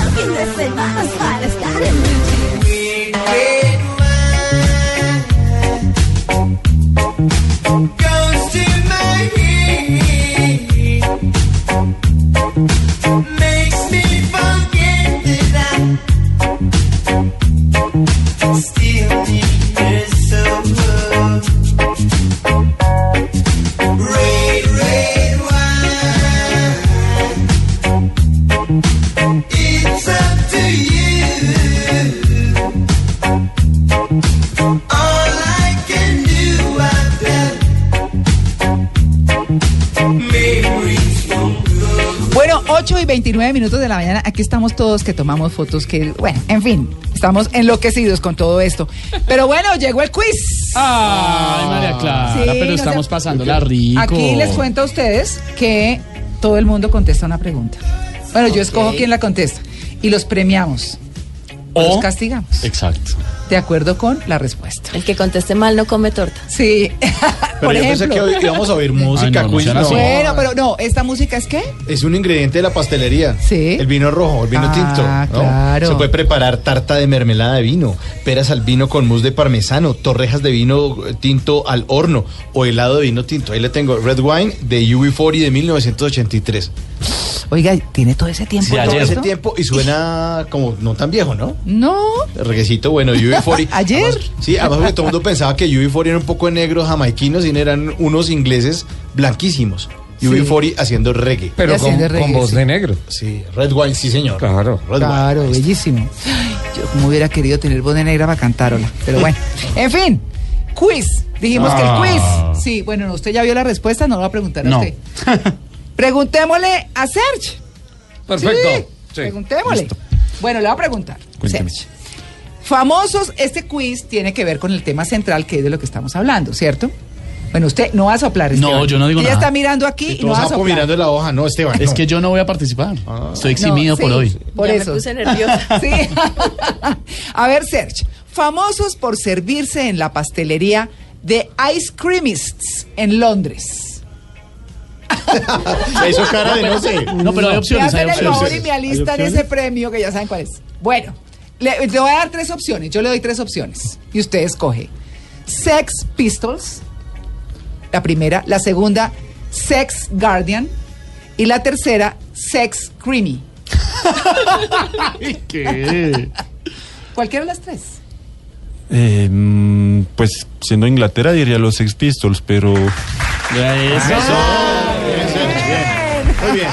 Alguien reservado para estar en Luigi. Goes to my head, makes me forget that I still need her so much. Red, red wine, it's up to you. All I can do, I've done. Memories won't go. Bueno, 8 y 29 minutos de la mañana. Aquí estamos todos que tomamos fotos, que, bueno, en fin, estamos enloquecidos con todo esto. Pero bueno, llegó el quiz. Ah, Ay, María Clara, Sí, pero no estamos sé. pasándola rico. Aquí les cuento a ustedes que todo el mundo contesta una pregunta. Bueno, yo escojo quién la contesta y los premiamos. O O- los castigamos. Exacto. De acuerdo con la respuesta. El que conteste mal no come torta. Sí. Pero Por yo pensé que ejemplo. hoy íbamos a oír música, no, no quiz, sean así. Bueno, pero no, ¿esta música es qué? Es un ingrediente de la pastelería. Sí. El vino rojo, el vino Ah, tinto. ¿no? claro. Se puede preparar tarta de mermelada de vino, peras al vino con mousse de parmesano, torrejas de vino eh, tinto al horno o helado de vino tinto. Ahí le tengo Red Wine de UB40 de 1983. Oiga, ¿tiene todo ese tiempo? De todo ayer. Todo ese esto? tiempo y suena como no tan viejo, ¿no? No. Reguecito, bueno, UB40. ¿Ayer? Además, sí, además porque todo el mundo pensaba que UB40 eran un poco de negros jamaiquinos y eran unos ingleses blanquísimos. UB40 haciendo reggae. Pero con, voz de negro. Sí, Red Wine, sí, señor. Claro. Red Claro, Wine. bellísimo. Ay, yo como hubiera querido tener voz de negra para cantárosla. Pero bueno, en fin, quiz. Dijimos que el quiz. Sí, bueno, no, usted ya vio la respuesta, no lo va a preguntar a Ah. No. usted. Preguntémosle a Serge. Perfecto. Sí, Preguntémosle. Listo. Bueno, le voy a preguntar. Cuénteme. Serge. Famosos, este quiz tiene que ver con el tema central que es de lo que estamos hablando, ¿cierto? Bueno, usted no va a soplar. No, yo no digo Ella nada. está mirando aquí y, no Todo va a sapo soplar. mirando la hoja, no, este Esteban. Es no. que yo no voy a participar. Estoy eximido No, por sí, hoy. Por Ya me eso. puse nerviosa. Sí. A ver, Serge. Famosos por servirse en la pastelería de Ice Creamists en Londres. Le hizo cara de no sé. No, pero hay Me opciones, hay hacen el favor y opciones. me alistan ¿Hay ese opciones? premio que ya saben cuál es. Bueno, le, le voy a dar tres opciones. Yo le doy tres opciones y usted escoge. Sex Pistols, la primera. La segunda, Sex Guardian. Y la tercera, Sex Creamy. ¿Qué? Cualquiera de las tres. Eh, mm, pues siendo Inglaterra diría los Sex Pistols, pero Ya Eso. Muy bien.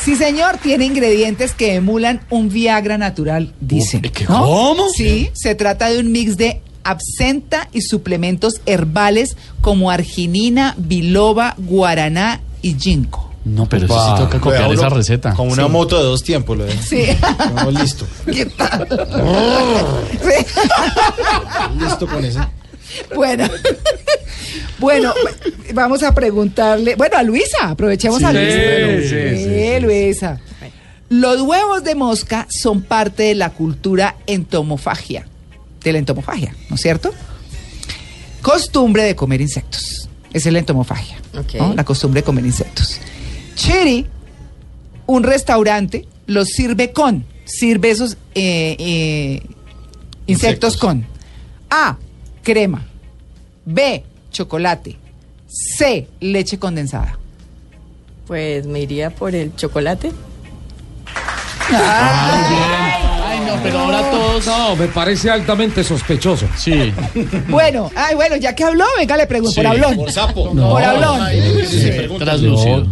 Sí, señor, tiene ingredientes que emulan un Viagra natural, dicen. ¿qué? ¿Cómo? Sí, se trata de un mix de absenta y suplementos herbales como arginina, biloba, guaraná y ginkgo. No, pero eso Va, sí toca lo copiar deja esa uno receta. Con una moto de dos tiempos, lo dejo. Sí. Estamos listo. ¿Qué tal? Oh. Sí. Listo con ese. Bueno. Bueno, vamos a preguntarle. Bueno, a Luisa, aprovechemos a Luisa. sí, Sí, Luisa. Los huevos de mosca son parte de la cultura entomofagia, de la entomofagia, ¿no es cierto? Costumbre de comer insectos. Esa es la entomofagia, Ok. ¿no? la costumbre de comer insectos. Chiri, un restaurante, los sirve con, sirve esos eh, eh, insectos Insectos. con. A, crema. B, chocolate. C, leche condensada. Pues me iría por el chocolate. Ay, no, pero ahora todos. No, me parece altamente sospechoso. Sí. Bueno, ay, bueno, ya que habló, venga, le pregunto Sí, por hablón. Por sapo. No. Por hablón. Ay, sí, sí, sí, pregunta. Traslúcido.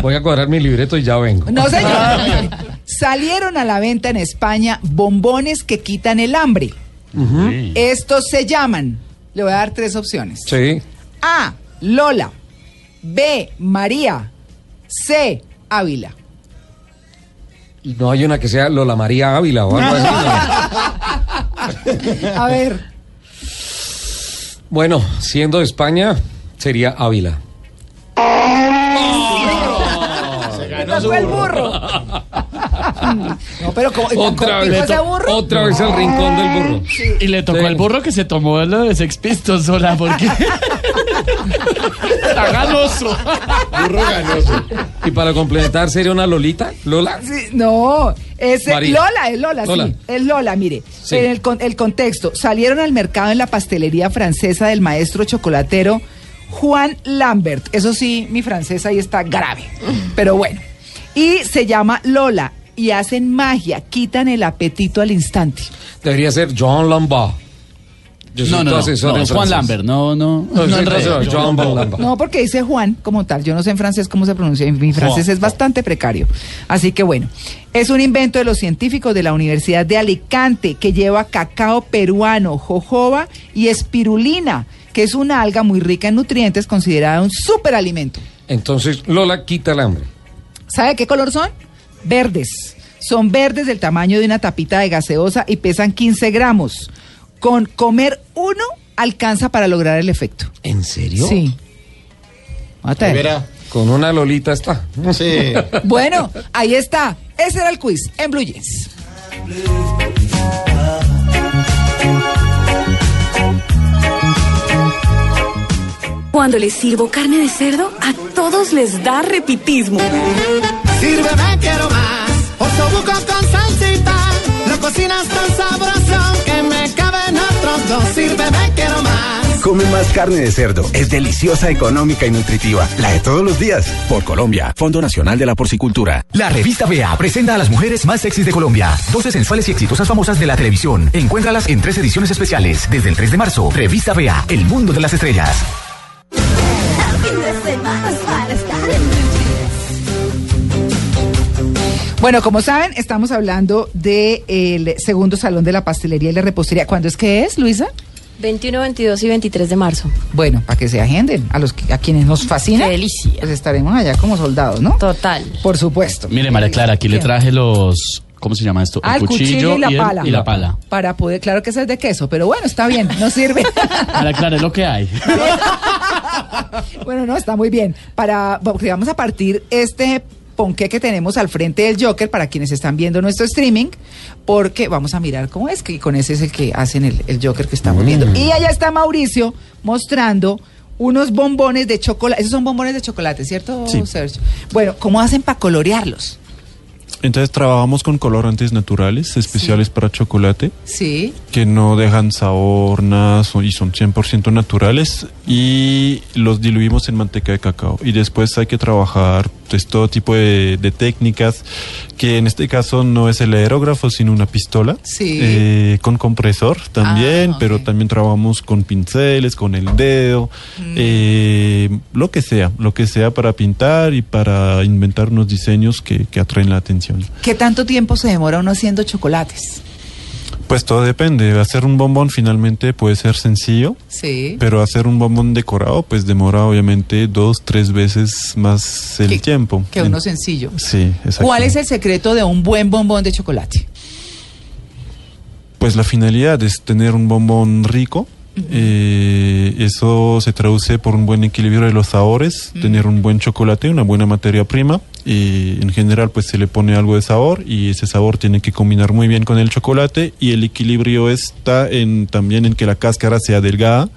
Voy a cuadrar mi libreto y ya vengo. No, señor. Salieron a la venta en España bombones que quitan el hambre. Estos se llaman, le voy a dar tres opciones. Sí. A, Lola. B, María. C, Ávila. Y No hay una que sea Lola María Ávila o algo así. A ver, ¿no? Bueno, siendo de España, sería Ávila. tocó el burro. No, pero como Otra vez, ese burro. otra vez el rincón del burro. Y le tocó Sí. el burro que se tomó lo de Sex Pistols sola porque. Está ganoso. Burro ganoso. Y para complementar, sería una Lolita, Lola. Sí, no, es eh, María. Lola, es Lola, Lola. sí, es Lola, mire. Sí. En el, con- el contexto, salieron al mercado en la pastelería francesa del maestro chocolatero Juan Lambert. Eso sí, mi francesa ahí está grave, pero bueno. Y se llama Lola y hacen magia, quitan el apetito al instante. Debería ser John Lombard. Yo soy No, no, tu no. asesor en no, Juan francés. Lambert, no, No, no. no soy tu enredes. asesor, John Van Lambert. No, porque dice Juan como tal. Yo no sé en francés cómo se pronuncia. en Mi francés es bastante precario. Así que bueno, es un invento de los científicos de la Universidad de Alicante que lleva cacao peruano, jojoba y espirulina, que es una alga muy rica en nutrientes, considerada un superalimento. Entonces, Lola quita el hambre. ¿Sabe qué color son? Verdes. Son verdes del tamaño de una tapita de gaseosa y pesan 15 gramos. Con comer uno alcanza para lograr el efecto. ¿En serio? Sí. Va a tener. Verá. Con una Lolita está. Sí. Bueno, ahí está. Ese era el quiz en Blue Jeans. Cuando les sirvo carne de cerdo, a todos les da repitismo. Sírveme, quiero más. Osobuco con salsita. Lo cocinas tan sabroso que me caben otros dos. Sírveme, quiero más. Come más carne de cerdo. Es deliciosa, económica y nutritiva. La de todos los días. Por Colombia, Fondo Nacional de la Porcicultura. La revista BEA presenta a las mujeres más sexys de Colombia. 12 sensuales y exitosas famosas de la televisión. Encuéntralas en tres ediciones especiales. Desde el 3 de marzo, Revista BEA, El Mundo de las Estrellas. Bueno, como saben, estamos hablando del segundo salón de la pastelería y la repostería. ¿Cuándo es que es, Luisa? 21, 22 y 23 de marzo. Bueno, para que se agenden a los que- a quienes nos fascina. Qué delicia. Pues estaremos allá como soldados, ¿no? Total. Por supuesto. Mire, María Clara, aquí le traje los. ¿Cómo se llama esto? Al Ah, cuchillo, y la el- pala. y la pala. Para poder, claro que ese es de queso, pero bueno, está bien, no sirve. María Clara, es lo que hay. Bueno, no, está muy bien. Para, porque vamos a partir este ponqué que tenemos al frente del Joker para quienes están viendo nuestro streaming, porque vamos a mirar cómo es, que con ese es el que hacen el, el Joker que estamos Mm. viendo. Y allá está Mauricio mostrando unos bombones de chocolate. Esos son bombones de chocolate, ¿cierto, Sí. Sergio? Bueno, ¿cómo hacen para colorearlos? Entonces trabajamos con colorantes naturales, especiales para chocolate, Sí. que no dejan sabor, nada, son- y son 100% naturales, y los diluimos en manteca de cacao. Y después hay que trabajar pues, todo tipo de, de técnicas, que en este caso no es el aerógrafo, sino una pistola, Sí. eh, con compresor también, Ah, ok. pero también trabajamos con pinceles, con el dedo, Mm. eh, lo que sea, lo que sea para pintar y para inventar unos diseños que- que atraen la atención. ¿Qué tanto tiempo se demora uno haciendo chocolates? Pues todo depende. Hacer un bombón finalmente puede ser sencillo, Sí. pero hacer un bombón decorado pues demora obviamente dos, tres veces más el Que- tiempo. Que uno sencillo. Sí, exacto. ¿Cuál es el secreto de un buen bombón de chocolate? Pues la finalidad es tener un bombón rico. Eh, eso se traduce por un buen equilibrio de los sabores, tener un buen chocolate, una buena materia prima y en general pues se le pone algo de sabor y ese sabor tiene que combinar muy bien con el chocolate y el equilibrio está en también en que la cáscara sea delgada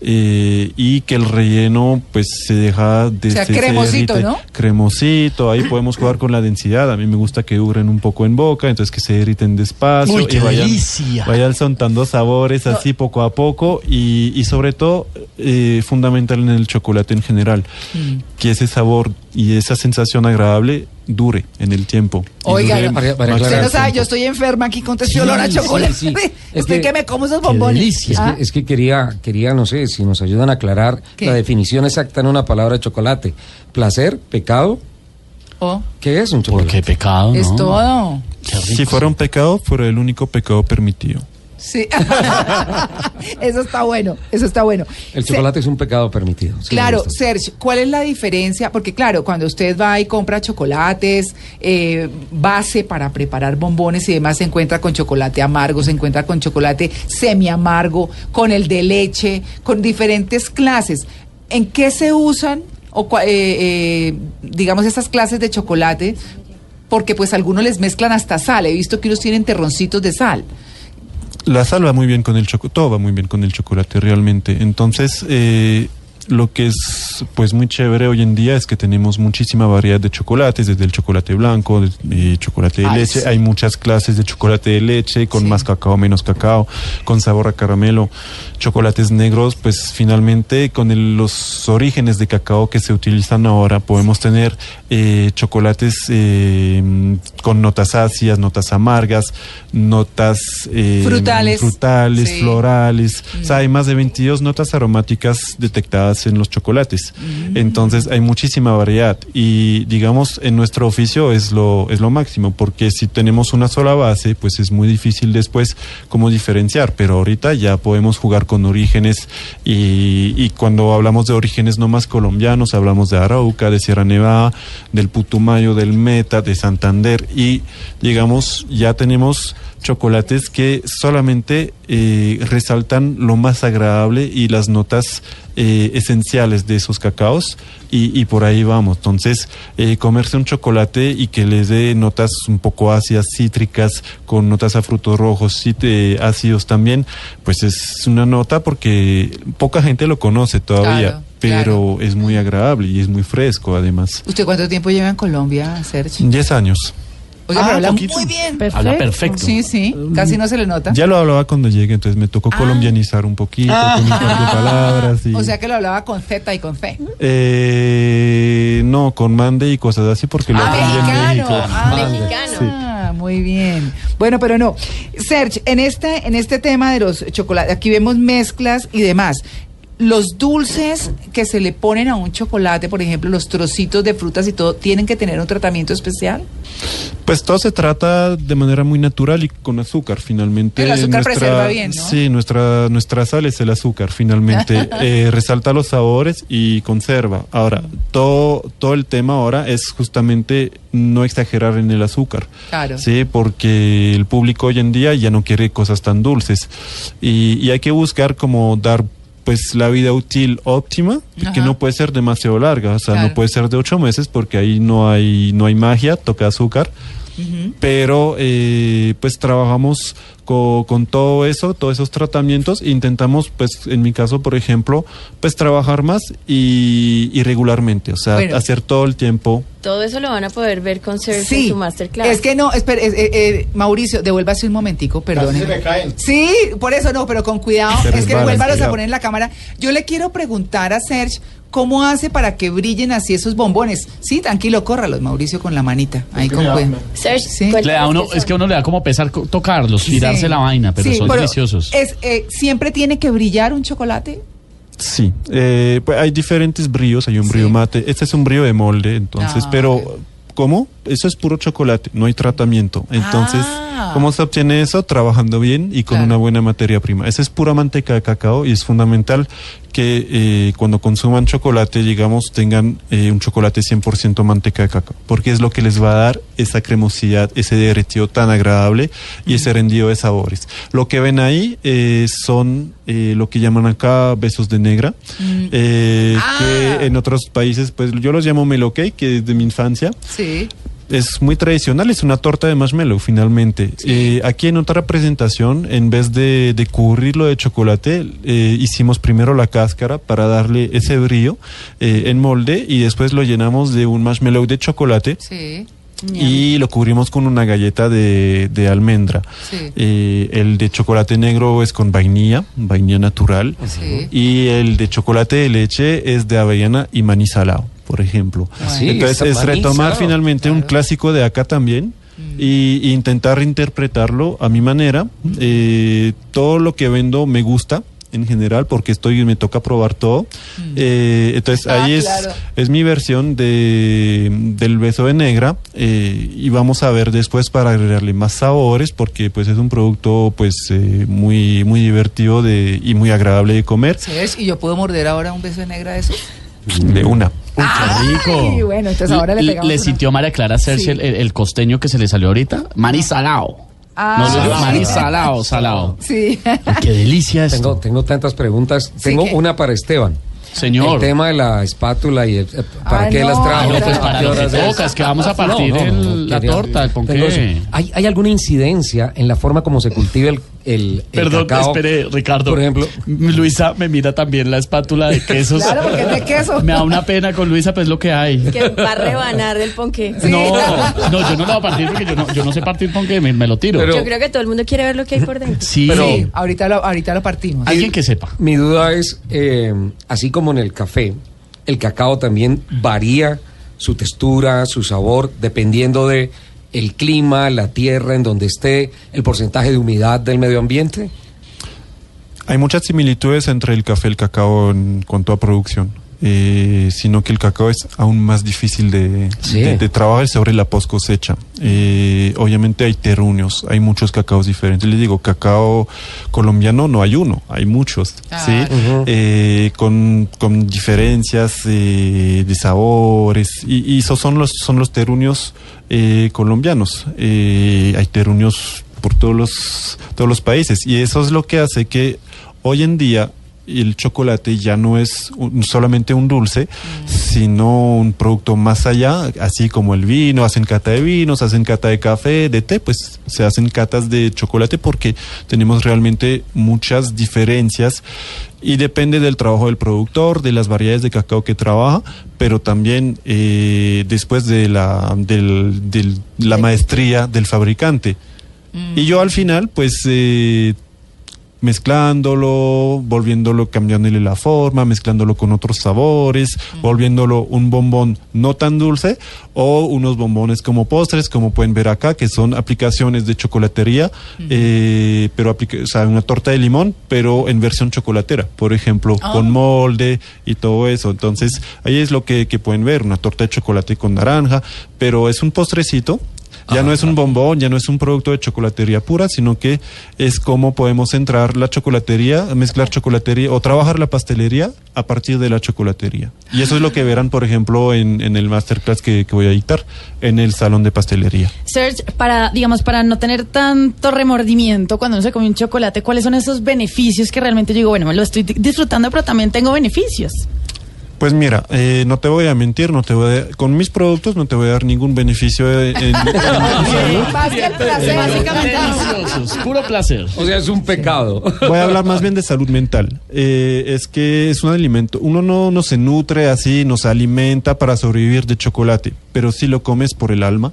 eh, y que el relleno pues se deja O de sea, se- se cremosito, derrite. ¿no? cremosito ahí podemos jugar con la densidad a mí me gusta que duren un poco en boca entonces que se derriten despacio Uy, qué y vayan, delicia. vayan soltando sabores así poco a poco y, y sobre todo eh, fundamental en el chocolate en general que ese sabor y esa sensación agradable dure en el tiempo y Oiga, dure no- Para- para más Usted aclarar no el sabe, punto. yo estoy enferma aquí con este Sí, olor a sí, chocolate. sí. Es Usted que, que- me come esos qué bombones. Es Ah, que, es que quería, quería, no sé, si nos ayudan a aclarar ¿Qué? la definición exacta en una palabra de chocolate. Placer, pecado, oh, ¿qué es un Porque chocolate? pecado, ¿no? es todo. Qué rico. si fuera un pecado fuera el único pecado permitido Sí. eso está bueno, eso está bueno. El Se- chocolate es un pecado permitido. sí me Claro, gusta. Sergio, ¿cuál es la diferencia? Porque claro, cuando usted va y compra chocolates, eh, base para preparar bombones y demás, se encuentra con chocolate amargo, se encuentra con chocolate semi amargo, con el de leche, con diferentes clases. ¿En qué se usan, o, cua- eh, eh, digamos, esas clases de chocolate? Porque pues algunos les mezclan hasta sal. He visto que unos tienen terroncitos de sal. La sal va muy bien con el chocolate, todo va muy bien con el chocolate realmente. Entonces, eh, lo que es pues muy chévere hoy en día es que tenemos muchísima variedad de chocolates, desde el chocolate blanco, de- eh, chocolate de Ay, leche, sí. hay muchas clases de chocolate de leche, con más cacao, menos cacao, con sabor a caramelo, chocolates negros, pues finalmente con el- los orígenes de cacao que se utilizan ahora podemos tener eh, chocolates eh, con notas ácidas, notas amargas, notas... eh, Frutales. frutales, Sí. Mm. florales. O sea, hay más de 22 notas aromáticas detectadas en los chocolates. Mm. Entonces hay muchísima variedad y digamos en nuestro oficio es lo, es lo máximo porque si tenemos una sola base pues es muy difícil después cómo diferenciar, pero ahorita ya podemos jugar con orígenes y, y cuando hablamos de orígenes no más colombianos hablamos de Arauca, de Sierra Nevada, del Putumayo, del Meta, de Santander y digamos ya tenemos chocolates que solamente eh, resaltan lo más agradable y las notas eh, esenciales de esos cacaos y, y por ahí vamos. Entonces, eh, comerse un chocolate y que les dé notas un poco ácidas, cítricas, con notas a frutos rojos, cít- eh, ácidos también, pues es una nota porque poca gente lo conoce todavía, Claro, pero es muy agradable y es muy fresco además. ¿Usted cuánto tiempo lleva en Colombia, Sergio? 10 años. Oiga, Ah, pero habla poquito. muy bien. Habla perfecto. Sí, sí, casi no se le nota. Ya lo hablaba cuando llegué, entonces me tocó colombianizar un poquito, con un par de palabras y... Ah. O sea que lo hablaba con Z y con C. Eh, no, con mande y cosas así porque lo Ah, aprendí en mexicano. México. Ah, Mande, mexicano. sí. Ah, muy bien. Bueno, pero no. Serge, en este, en este tema de los chocolates, aquí vemos mezclas y demás. Los dulces que se le ponen a un chocolate, por ejemplo, los trocitos de frutas y todo, ¿tienen que tener un tratamiento especial? Pues todo se trata de manera muy natural y con azúcar finalmente. El azúcar preserva bien, ¿no? Sí, nuestra, nuestra sal es el azúcar finalmente. Eh, resalta los sabores y conserva. Ahora, todo, todo el tema ahora es justamente no exagerar en el azúcar. Claro. Sí, porque el público hoy en día ya no quiere cosas tan dulces. Y, y hay que buscar como dar pues la vida útil óptima, que Ajá. no puede ser demasiado larga, o sea, Claro. no puede ser de ocho meses porque ahí no hay, no hay magia, toca azúcar, pero eh, pues trabajamos co- con todo eso, todos esos tratamientos, e intentamos pues en mi caso por ejemplo, pues trabajar más y, y regularmente, o sea, Bueno. hacer todo el tiempo Todo eso lo van a poder ver con Sergio en su masterclass. Es que no, espere, es- eh, eh, Mauricio, devuélvase un momentico, perdone. se me caen. Sí, por eso no, pero con cuidado, Se es que resbalan, vuélvalos a cuidado. poner en la cámara. Yo le quiero preguntar a Serge cómo hace para que brillen así esos bombones. Sí, tranquilo, córralos, Mauricio, con la manita. Ahí con cuidado. Le da uno, es que a uno le da como pesar co- tocarlos, tirarse Sí. la vaina, pero Sí, son deliciosos. es, eh, ¿Siempre tiene que brillar un chocolate? Sí, eh, pues hay diferentes brillos, hay un brillo mate, este es un brillo de molde, entonces, Ah, pero ¿cómo? Eso es puro chocolate, no hay tratamiento. Entonces, Ah. ¿cómo se obtiene eso? Trabajando bien y con una buena materia prima. Esa es pura manteca de cacao y es fundamental que eh, cuando consuman chocolate, digamos, tengan eh, un chocolate 100% manteca de cacao, porque es lo que les va a dar esa cremosidad, ese derretido tan agradable y ese rendido de sabores. Lo que ven ahí eh, son eh, lo que llaman acá besos de negra, eh, que en otros países, pues yo los llamo melo cake, que es de mi infancia Sí. es muy tradicional, es una torta de marshmallow finalmente. Eh, aquí en otra presentación, en vez de, de cubrirlo de chocolate, eh, hicimos primero la cáscara para darle ese brillo eh, en molde y después lo llenamos de un marshmallow de chocolate Sí. y lo cubrimos con una galleta de, de almendra. Sí. Eh, el de chocolate negro es con vainilla, vainilla natural. Sí. Y el de chocolate de leche es de avellana y maní salado, por ejemplo. sí, Entonces es es maní retomar salado. finalmente un clásico de acá también. Mm. Y, y intentar reinterpretarlo a mi manera. Eh, todo lo que vendo me gusta. en general porque estoy me toca probar todo. Eh, entonces Mm. Ah, ahí es, claro. es mi versión de, del beso de negra eh, y vamos a ver después para agregarle más sabores porque pues es un producto pues eh, muy muy divertido de, y muy agradable de comer ¿Sabes? ¿Y yo puedo morder ahora un beso de negra de esos? de una. Y bueno, entonces ahora le pegamos. Le una- sintió María Clara hacerse el, el- el costeño que se le salió ahorita. Mari Salao. Ah, no, no, sí. Mari Salao, Salao. Sí. Qué delicia esto. Tengo, tengo tantas preguntas. Tengo ¿qué? una para Esteban. Señor. El tema de la espátula y el, eh, ¿Para Ah, qué no, las trajo? no, pues para ¿Qué lo que horas toca, es que vamos a partir el- la quería- torta, el ponqué. Tengo eso. ¿Hay, ¿Hay alguna incidencia en la forma como se cultiva el, el, el Perdón, cacao? espere, Ricardo. Por ejemplo, Luisa me mira también la espátula de quesos. Claro, porque es de queso. Me da una pena con Luisa, pues lo que hay. Que va a rebanar el ponqué. No, no, yo no lo voy a partir porque yo no, yo no sé partir ponqué, me, me lo tiro. Yo creo que todo el mundo quiere ver lo que hay por dentro. Sí. Sí, ahorita lo, ahorita lo partimos. Alguien que sepa. Mi duda es, eh, así como en el café, el cacao también varía su textura, su sabor, dependiendo de el clima, la tierra en donde esté, el porcentaje de humedad del medio ambiente. Hay muchas similitudes entre el café y el cacao en cuanto a producción, eh, sino que el cacao es aún más difícil de, Sí. de- de trabajar sobre la post cosecha. Eh, obviamente hay terruños, hay muchos cacaos diferentes. Les digo, cacao colombiano no hay uno, hay muchos, Ah, ¿sí? Eh, con, con diferencias eh, de sabores, y, y esos son los, son los terruños eh, colombianos. Eh, hay terruños por todos los, todos los países. Y eso es lo que hace que hoy en día el chocolate ya no es un- solamente un dulce, sino un producto más allá, así como el vino, hacen cata de vinos, hacen cata de café, de té, pues se hacen catas de chocolate porque tenemos realmente muchas diferencias y depende del trabajo del productor, de las variedades de cacao que trabaja, pero también eh, después de la, del- del- la maestría del fabricante. Y yo al final, pues... eh, mezclándolo, volviéndolo, cambiándole la forma, mezclándolo con otros sabores, volviéndolo un bombón no tan dulce o unos bombones como postres, como pueden ver acá, que son aplicaciones de chocolatería, eh, pero aplica- o sea, una torta de limón, pero en versión chocolatera, por ejemplo, con molde y todo eso. Entonces, ahí es lo que, que pueden ver, una torta de chocolate con naranja, pero es un postrecito ya no es un bombón, ya no es un producto de chocolatería pura, sino que es cómo podemos entrar la chocolatería, mezclar chocolatería o trabajar la pastelería a partir de la chocolatería. Y eso es lo que verán, por ejemplo, en, en el masterclass que, que voy a dictar en el salón de pastelería. Serge, para, digamos, para no tener tanto remordimiento cuando uno se come un chocolate, ¿cuáles son esos beneficios que realmente yo digo, bueno, me lo estoy di- disfrutando, pero también tengo beneficios? Pues mira, eh, no te voy a mentir, no te voy a- con mis productos no te voy a dar ningún beneficio de- en- en- Más que el placer. Básicamente. Deliciosos, puro placer. O sea, es un pecado. Voy a hablar más bien de salud mental. Eh, es que es un alimento. Uno no, no se nutre así, no se alimenta para sobrevivir de chocolate, pero si lo comes por el alma,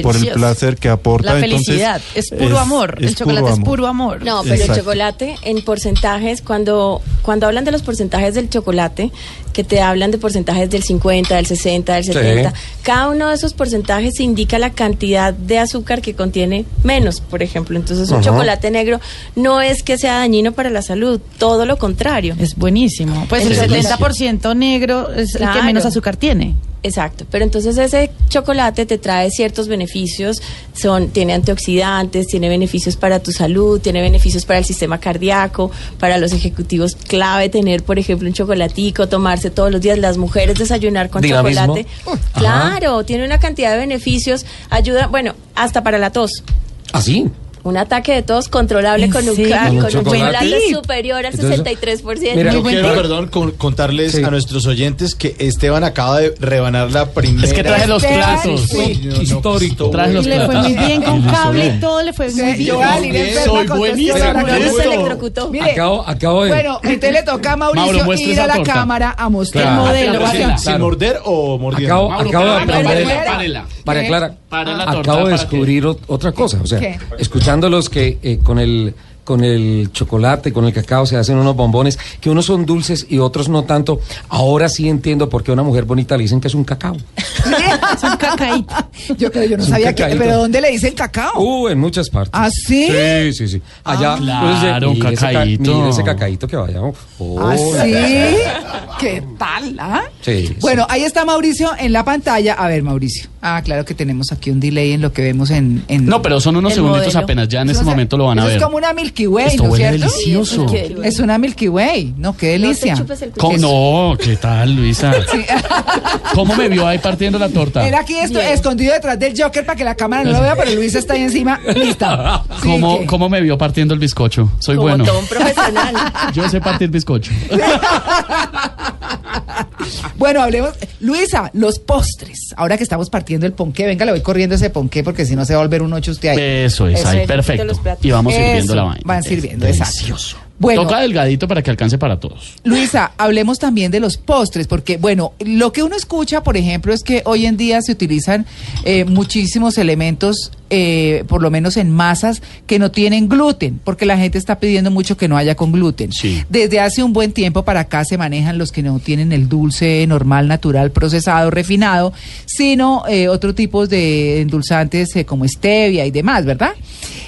por el Delicioso. placer que aporta. La entonces, felicidad, es puro amor, el chocolate es puro amor. No, pero Exacto. el chocolate en porcentajes, cuando, cuando hablan de los porcentajes del chocolate, que te hablan de porcentajes del 50, del 60, del Sí. 70, cada uno de esos porcentajes indica la cantidad de azúcar que contiene menos, por ejemplo. Entonces, un Ajá. chocolate negro no es que sea dañino para la salud, todo lo contrario. Es buenísimo. Pues el 70% negro es el que Claro. menos azúcar tiene. Exacto, pero entonces ese chocolate te trae ciertos beneficios, son tiene antioxidantes, tiene beneficios para tu salud, tiene beneficios para el sistema cardíaco, para los ejecutivos clave tener, por ejemplo, un chocolatico, tomarse todos los días, las mujeres desayunar con Dinamismo. chocolate. Claro, tiene una cantidad de beneficios, ayuda, bueno, hasta para la tos. ¿Así? Un ataque de tos controlable ¿En con un, serio? ca- Con un con un chocolate. chocolate Buen tip. superior al Entonces, 63%. Mira, yo quiero, perdón, con- contarles a nuestros oyentes que Esteban acaba de rebanar la primera. Es que traje los platos. histórico. Traje los Le fue platos. muy bien con cable y todo, le fue muy bien. Yo al ir enferma Soy con buenísimo testículo, en la esto. se electrocutó. Mire, Acabo, acabo de... Bueno, entonces le toca a Mauricio Mauro, muestra ir a esa la torta. cámara a mostrar Claro. el modelo. Claro, Vaya. sí, claro. ¿Morder o mordiendo? Ah, Acabo, Mauro, acabo de párela, aprender. párela, párela. María ¿Qué? Clara, Párela, acabo torta, de ¿para descubrir ot- otra cosa. O sea, ¿Qué? escuchándolos que eh, con el con el chocolate, con el cacao, se hacen unos bombones que unos son dulces y otros no tanto. Ahora sí entiendo por qué a una mujer bonita le dicen que es un cacao. es un cacaíto. Yo, pero yo no Es un sabía que. cacaíto. ¿Pero dónde le dice el cacao? Uh, en muchas partes. ¿Ah, sí? Sí, sí, sí. Allá. Ah. pues, dice, Claro, un "Mire ese ca- cacaíto". mire ese cacaíto que vaya. Oh, ¿Ah, hola. sí? ¿Qué tal, ah? Sí. Bueno, ahí está Mauricio en la pantalla. A ver, Mauricio. Ah, claro que tenemos aquí un delay en lo que vemos en. en- No, pero son unos El segunditos modelo. apenas, ya en Eso este es- momento lo van a eso ver. Es como una Milky Way, Esto ¿no es huele cierto? delicioso. Sí, es Milky Way. Es una Milky Way. No, qué delicia. ¿Cómo- No, ¿qué tal, Luisa? ¿Cómo me vio ahí partiendo la torta? Era aquí esto, escondido detrás del Joker para que la cámara no lo vea, pero Luis está ahí encima. Lista. ¿Cómo, ¿Cómo me vio partiendo el bizcocho? Soy Como bueno. todo un profesional. Yo sé partir bizcocho. Bueno, hablemos. Luisa, los postres. Ahora que estamos partiendo el ponqué, venga, le voy corriendo ese ponqué porque si no se va a volver un ocho usted ahí. Eso es, ahí, perfecto. Y vamos Eso, sirviendo la vaina. Van Es sirviendo, exacto. delicioso. Bueno. Toca delgadito para que alcance para todos. Luisa, hablemos también de los postres, porque bueno, lo que uno escucha, por ejemplo, es que hoy en día se utilizan eh, muchísimos elementos, eh, por lo menos en masas, que no tienen gluten, porque la gente está pidiendo mucho que no haya con gluten. Desde hace un buen tiempo para acá se manejan los que no tienen el dulce normal, natural, procesado, refinado, sino eh, otro tipo de endulzantes eh, como stevia y demás, ¿verdad?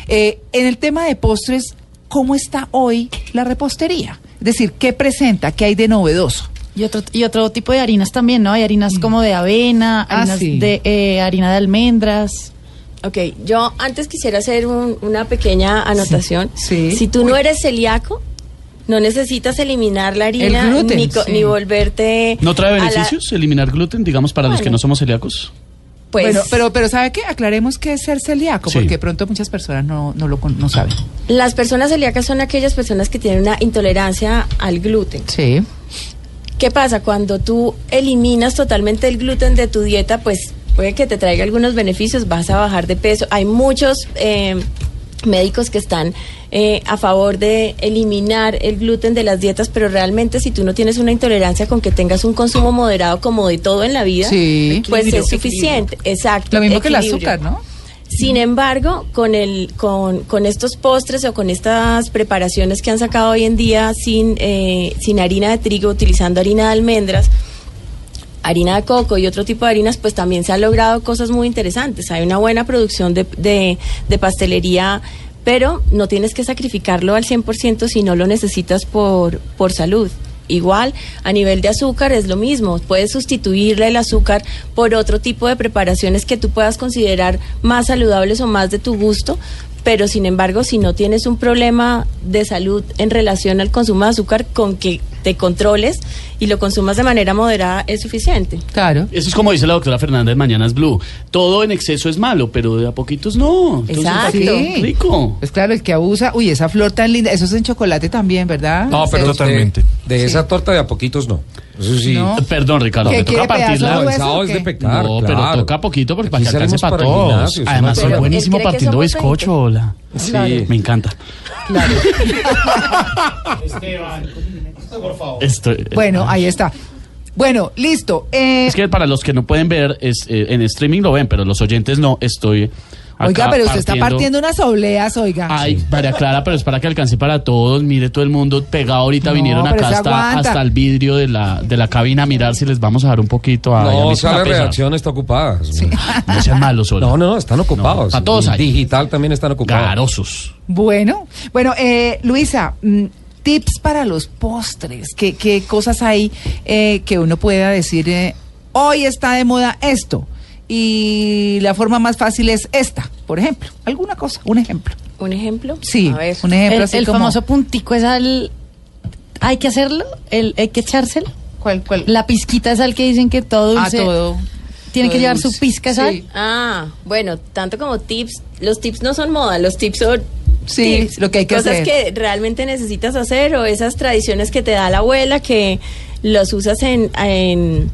Eh, en el tema de postres, ¿cómo está hoy la repostería? Es decir, ¿qué presenta? ¿Qué hay de novedoso? Y otro, y otro tipo de harinas también, ¿no? Hay harinas como de avena, Mm. Ah, harinas sí. de eh, harina de almendras. Ok, yo antes quisiera hacer un- una pequeña anotación. Si tú no eres celíaco, no necesitas eliminar la harina El gluten, ni, co- sí. ni volverte. ¿No trae a la- beneficios eliminar gluten, digamos, para los que no somos celíacos? Pues- Bueno, pero, pero ¿sabe qué? Aclaremos qué es ser celíaco, Sí. porque pronto muchas personas no, no lo con- no saben. Las personas celíacas son aquellas personas que tienen una intolerancia al gluten. Sí. ¿Qué pasa? Cuando tú eliminas totalmente el gluten de tu dieta, pues puede que te traiga algunos beneficios, vas a bajar de peso. Hay muchos eh, médicos que están eh, a favor de eliminar el gluten de las dietas, pero realmente si tú no tienes una intolerancia con que tengas un consumo moderado como de todo en la vida, Sí. pues Equilibrio, es suficiente. Exacto. Lo mismo que el equilibrio. azúcar, ¿no? Sin embargo, con, el, con, con estos postres o con estas preparaciones que han sacado hoy en día sin, eh, sin harina de trigo, utilizando harina de almendras, harina de coco y otro tipo de harinas, pues también se han logrado cosas muy interesantes. Hay una buena producción de, de- de pastelería, pero no tienes que sacrificarlo al 100% si no lo necesitas por, por salud. Igual, a nivel de azúcar es lo mismo. Puedes sustituirle el azúcar por otro tipo de preparaciones que tú puedas considerar más saludables o más de tu gusto, pero sin embargo, si no tienes un problema de salud en relación al consumo de azúcar, con que te controles y lo consumas de manera moderada es suficiente. Claro. Eso es como dice la doctora Fernández, Mañanas Blue. Todo en exceso es malo, pero de a poquitos no. Entonces, Exacto. ¿para qué? Rico. Pues claro, el que abusa, uy, esa flor tan linda, eso es en chocolate también, ¿verdad? de- Sí. De, esa torta de a poquitos no. Eso sí. No. Perdón, Ricardo, ¿Qué me toca quiere pedazos partirla. de hueso o qué? No, claro. pero toca poquito porque para Aquí que alcance salimos para para todos. gimnasio, es Además, una soy cosa. buenísimo Él cree que partiendo somos bizcocho. hola. Sí. Me encanta. Estoy- Bueno, ahí está. Bueno, listo. Eh, eh, ah. Es que para los que no pueden ver, es, eh, en streaming lo ven, pero los oyentes no. Estoy. acá oiga, pero usted está partiendo unas obleas, oiga. Ay, María Clara, pero es para que alcance para todos. Mire, todo el mundo pegado ahorita No, vinieron pero acá se hasta, aguanta. hasta el vidrio de la, de la cabina a mirar si les vamos a dar un poquito. a No, a mí o sí me sea, la pesa. redacción está ocupada. No sean malos, No, no, están ocupados. a todos Y ahí. Digital también están ocupados. Garosos. Bueno, bueno, eh, Luisa, mm, tips para los postres. ¿Qué, qué cosas hay eh, que uno pueda decir, eh, hoy está de moda esto? Y la forma más fácil es esta, por ejemplo. ¿Alguna cosa? Un ejemplo. ¿Un ejemplo? Sí, A ver. un ejemplo el así el como- famoso puntico es al... ¿Hay que hacerlo? El, ¿Hay que echárselo? ¿Cuál, cuál? La pizquita es al que dicen que todo Ah, dulce... todo. Tiene todo que llevar dulce. su pizca de sal. Sí. Ah, bueno, tanto como tips, los tips no son moda, los tips son Sí, tips, lo que hay que cosas hacer. que realmente necesitas hacer o esas tradiciones que te da la abuela que los usas en, en,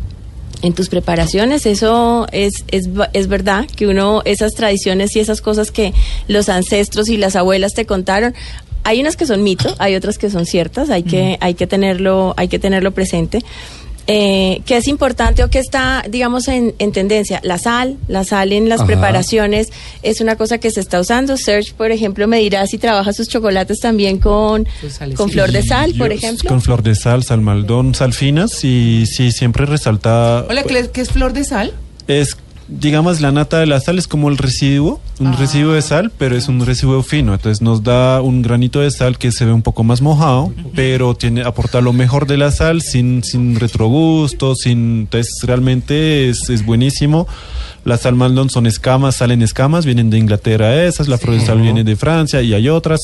en tus preparaciones, eso es, es, va- es verdad, que uno, esas tradiciones y esas cosas que los ancestros y las abuelas te contaron, hay unas que son mitos, hay otras que son ciertas, hay que, hay que tenerlo, hay que tenerlo presente. eh, que es importante o que está, digamos, en, en tendencia. La sal, la sal en las Ajá. preparaciones es una cosa que se está usando. Serge, por ejemplo, me dirá si trabaja sus chocolates también con, con flor de sal, por Yo- ejemplo. Con flor de sal, sal maldón, sal finas y sí, siempre resalta... Hola, ¿qué le- ¿qué es flor de sal? Es, digamos, la nata de la sal es como el residuo, un residuo de sal, pero es un residuo fino. Entonces nos da un granito de sal que se ve un poco más mojado, pero tiene aporta lo mejor de la sal sin, sin retrogusto, sin... Entonces realmente es, es buenísimo. La sal maldon son escamas, salen escamas, vienen de Inglaterra esas, la flor de sal viene de Francia y hay otras,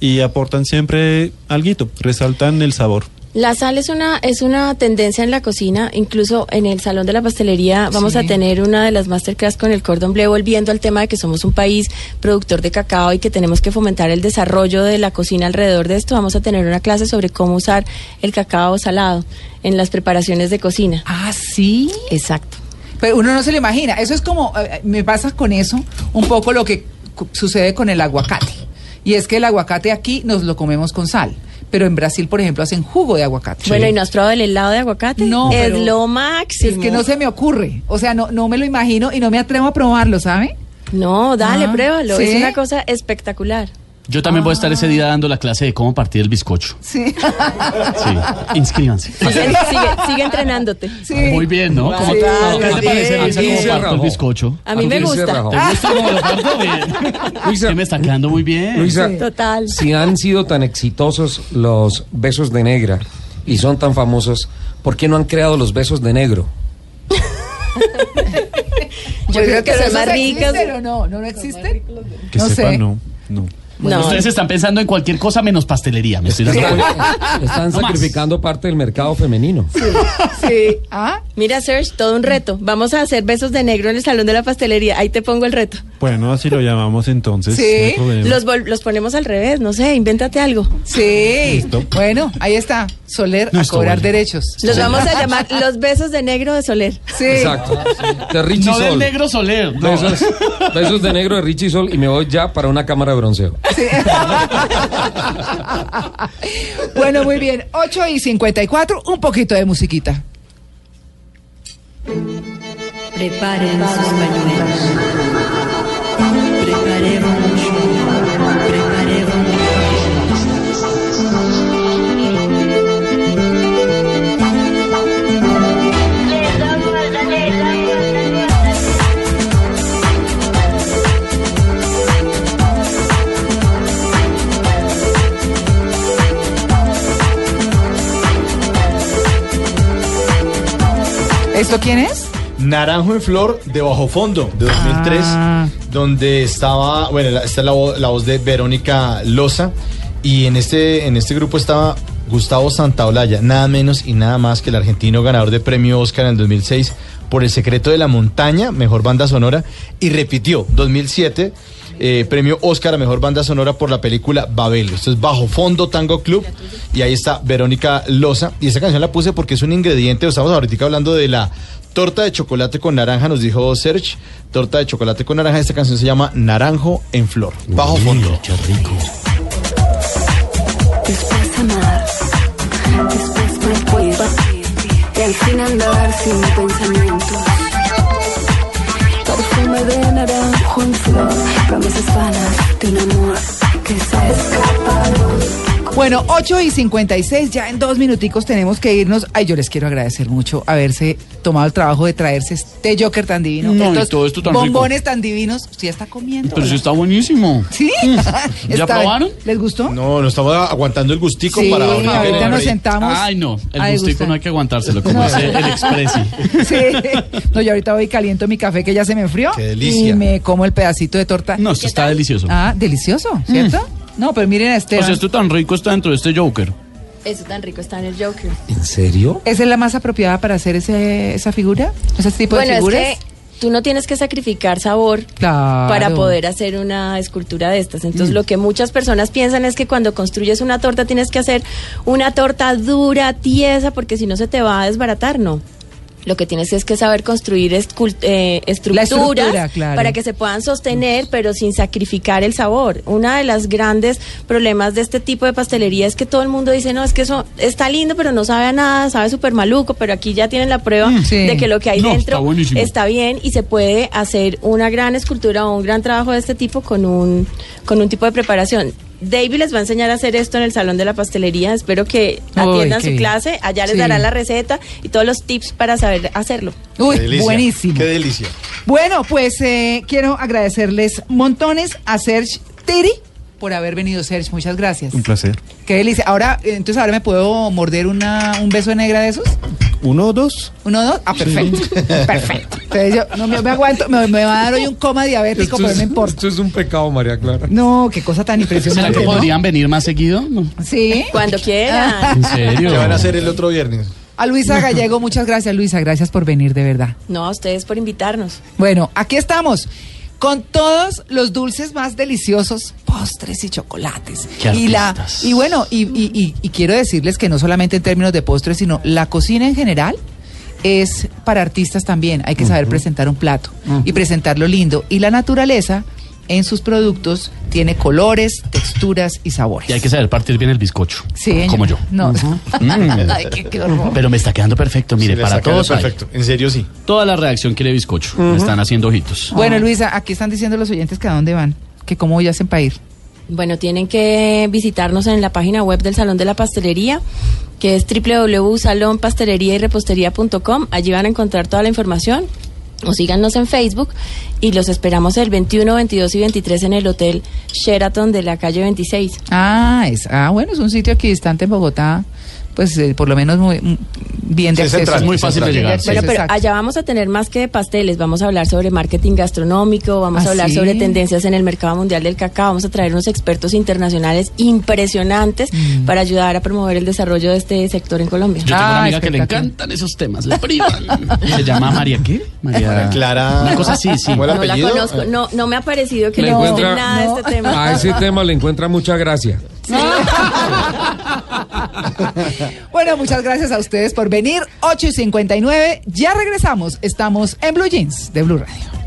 y aportan siempre alguito, resaltan el sabor. La sal es una, es una tendencia en la cocina, incluso en el salón de la pastelería vamos a tener una de las masterclass con el cordón bleu, volviendo al tema de que somos un país productor de cacao y que tenemos que fomentar el desarrollo de la cocina alrededor de esto. Vamos a tener una clase sobre cómo usar el cacao salado en las preparaciones de cocina. Ah, sí. Exacto. Pero Pues uno no se lo imagina. Eso es como, eh, me pasa con eso un poco lo que cu- sucede con el aguacate. Y es que el aguacate aquí nos lo comemos con sal. Pero en Brasil, por ejemplo, hacen jugo de aguacate. Bueno, ¿y no has probado el helado de aguacate? No, Es pero lo máximo. Es que no se me ocurre. O sea, no, no me lo imagino y no me atrevo a probarlo, ¿sabe? No, dale, Ah, pruébalo. ¿sí? Es una cosa espectacular. Yo también voy a estar ese día dando la clase de cómo partir el bizcocho. Sí. Sí, inscríbanse. sigue, sigue, sigue entrenándote. Muy bien, ¿no? ¿Cómo, Sí. cómo- qué te parece, Luisa, Aquí cómo se parto el rajó. bizcocho? A mí me Aquí se gusta. Ah, rajó. ¿Te gusta cómo lo parto? Bien. Que me está quedando muy bien. Luisa, Total. si han sido tan exitosos los besos de negra y son tan famosos, ¿por qué no han creado los besos de negro? Yo Pues creo es que pero son eso más sí ricas. existe, ¿o no? ¿No, no existe? Que No sepa, sé. no. no. Bueno, No. ustedes están pensando en cualquier cosa menos pastelería, me estoy dando Están, cuenta. están No más. sacrificando parte del mercado femenino. Sí. ¿Ah? Mira, Serge, todo un reto. Vamos a hacer besos de negro en el salón de la pastelería. Ahí te pongo el reto. Bueno, así lo llamamos entonces. Sí. no hay problema. Los, vol- los ponemos al revés, no sé, invéntate algo. Sí. Bueno, ahí está. Soler a Listo, cobrar bueno. derechos. Los vamos a llamar los besos de negro de Soler. Sí. Exacto. De Richie No Sol. del negro Soler. No. Besos, besos de negro de Richie Sol y me voy ya para una cámara de bronceo. Bueno, muy bien. 8 y 54, un poquito de musiquita. Preparen sus pañuelos. Preparemos. ¿Esto quién es? Naranjo en Flor de Bajo Fondo de 2003, donde estaba, bueno, la- está la, vo- la voz de Verónica Loza y en este, en este grupo estaba Gustavo Santaolalla, nada menos y nada más que el argentino ganador de premio Oscar en el 2006 por El Secreto de la Montaña, mejor banda sonora, y repitió 2007. eh, premio Oscar a Mejor Banda Sonora por la película Babel. Esto es Bajo Fondo Tango Club. Y ahí está Verónica Loza. Y esta canción la puse porque es un ingrediente. Estamos ahorita hablando de la Torta de chocolate con naranja, nos dijo Serge. Torta de chocolate con naranja. Esta canción se llama Naranjo en Flor. Bajo fondo. Después amar, después me voy partir y al fin andar sin pensamientos. Perfume de naranjo en flor, promesas vanas de un amor que se escapa. Bueno, 8 y 56, ya en dos minuticos tenemos que irnos. Ay, yo les quiero agradecer mucho haberse tomado el trabajo de traerse este Joker tan divino. No, y todo esto tan rico. bombones tan divinos. Usted ya está comiendo. Pero sí está buenísimo. ¿Sí? ¿Ya Está- probaron? ¿Les gustó? No, nos estamos aguantando el gustico Sí, para ahorita. ahorita que- nos sentamos. Ay, no, a el gustico degustar. no hay que aguantárselo, como No. dice el expresi. Sí. No, yo ahorita voy y caliento mi café que ya se me enfrió. Qué delicia. Y me como el pedacito de torta. No, esto está delicioso. Ah, delicioso, ¿cierto? No, pero miren a este. O sea, esto tan rico está dentro de este Joker. Eso tan rico está en el Joker. ¿En serio? ¿Esa es la más apropiada para hacer ese, esa figura? ¿Ese tipo bueno, de figuras? es que tú no tienes que sacrificar sabor Claro. para poder hacer una escultura de estas. Entonces, Mm. lo que muchas personas piensan es que cuando construyes una torta tienes que hacer una torta dura, tiesa, porque si no se te va a desbaratar, no. Lo que tienes es que saber construir escul- eh, estructuras estructura, claro. para que se puedan sostener, pero sin sacrificar el sabor. Una de las grandes problemas de este tipo de pastelería es que todo el mundo dice, no, es que eso está lindo, pero no sabe a nada, sabe súper maluco, pero aquí ya tienen la prueba Mm, sí. de que lo que hay No, está dentro buenísimo. está bien y se puede hacer una gran escultura o un gran trabajo de este tipo con un, con un tipo de preparación. David les va a enseñar a hacer esto en el Salón de la Pastelería. Espero que Uy, atiendan qué su bien. clase. Allá les Sí. dará la receta y todos los tips para saber hacerlo. Uy, Qué delicia, buenísimo. Qué delicia. Bueno, pues eh, quiero agradecerles montones a Serge Tiri por haber venido, Serge. Muchas gracias. Un placer. Qué delicia. Ahora, eh, entonces ahora me puedo morder una, un beso de negra de esos. ¿Uno o dos? Uno, dos. Ah, perfecto. Perfecto. Entonces yo no me, me aguanto, me, me va a dar hoy un coma diabético, pero no importa. esto es un pecado, María Clara. No, qué cosa tan impresionante. ¿Será que ¿no? podrían venir más seguido? No. Sí. Cuando quieran. ¿En serio? ¿Qué van a hacer el otro viernes? A Luisa Gallego, muchas gracias, Luisa. Gracias por venir, de verdad. No, a ustedes por invitarnos. Bueno, aquí estamos con todos los dulces más deliciosos, postres y chocolates. Qué y la y bueno, y, y- y- y quiero decirles que no solamente en términos de postres, sino la cocina en general es para artistas también. Hay que saber presentar un plato y presentarlo lindo. Y la naturaleza en sus productos tiene colores, texturas y sabores. Y hay que saber partir bien el bizcocho. Sí, señor. Como yo. No. Mm. Ay, qué- qué horror. Pero me está quedando perfecto, mire, Sí, le para está quedando todos. hay. perfecto, en serio sí. Toda la reacción quiere bizcocho. Me están haciendo ojitos. Bueno, Luisa, aquí están diciendo los oyentes que a dónde van, que cómo hoy hacen para ir. Bueno, tienen que visitarnos en la página web del Salón de la Pastelería, que es www.salonpastelería y repostería.com. Allí van a encontrar toda la información. O síganos en Facebook y los esperamos el 21, 22 y 23 en el Hotel Sheraton de la calle 26. Ah, es, ah, bueno, es un sitio aquí distante en Bogotá, pues eh, por lo menos muy, mm, bien de Sí, es acceso. central, Es muy es fácil de central. llegar, sí. Bueno, pero Exacto. allá vamos a tener más que pasteles, vamos a hablar sobre marketing gastronómico, vamos ¿Ah, a hablar sí? sobre tendencias en el mercado mundial del cacao, vamos a traer unos expertos internacionales impresionantes Mm. para ayudar a promover el desarrollo de este sector en Colombia. Yo tengo Ah, una amiga que le encantan esos temas, la privan. Se llama María ¿qué? María María Clara. Ah. Una cosa así, sí. ¿Cómo el No la apellido? conozco, no, no me ha parecido que Le le guste encuentra- nada de este Ah, tema. A ese tema le encuentra mucha gracia. Bueno, muchas gracias a ustedes por venir. 8 y 59, ya regresamos. Estamos en Blue Jeans de Blue Radio.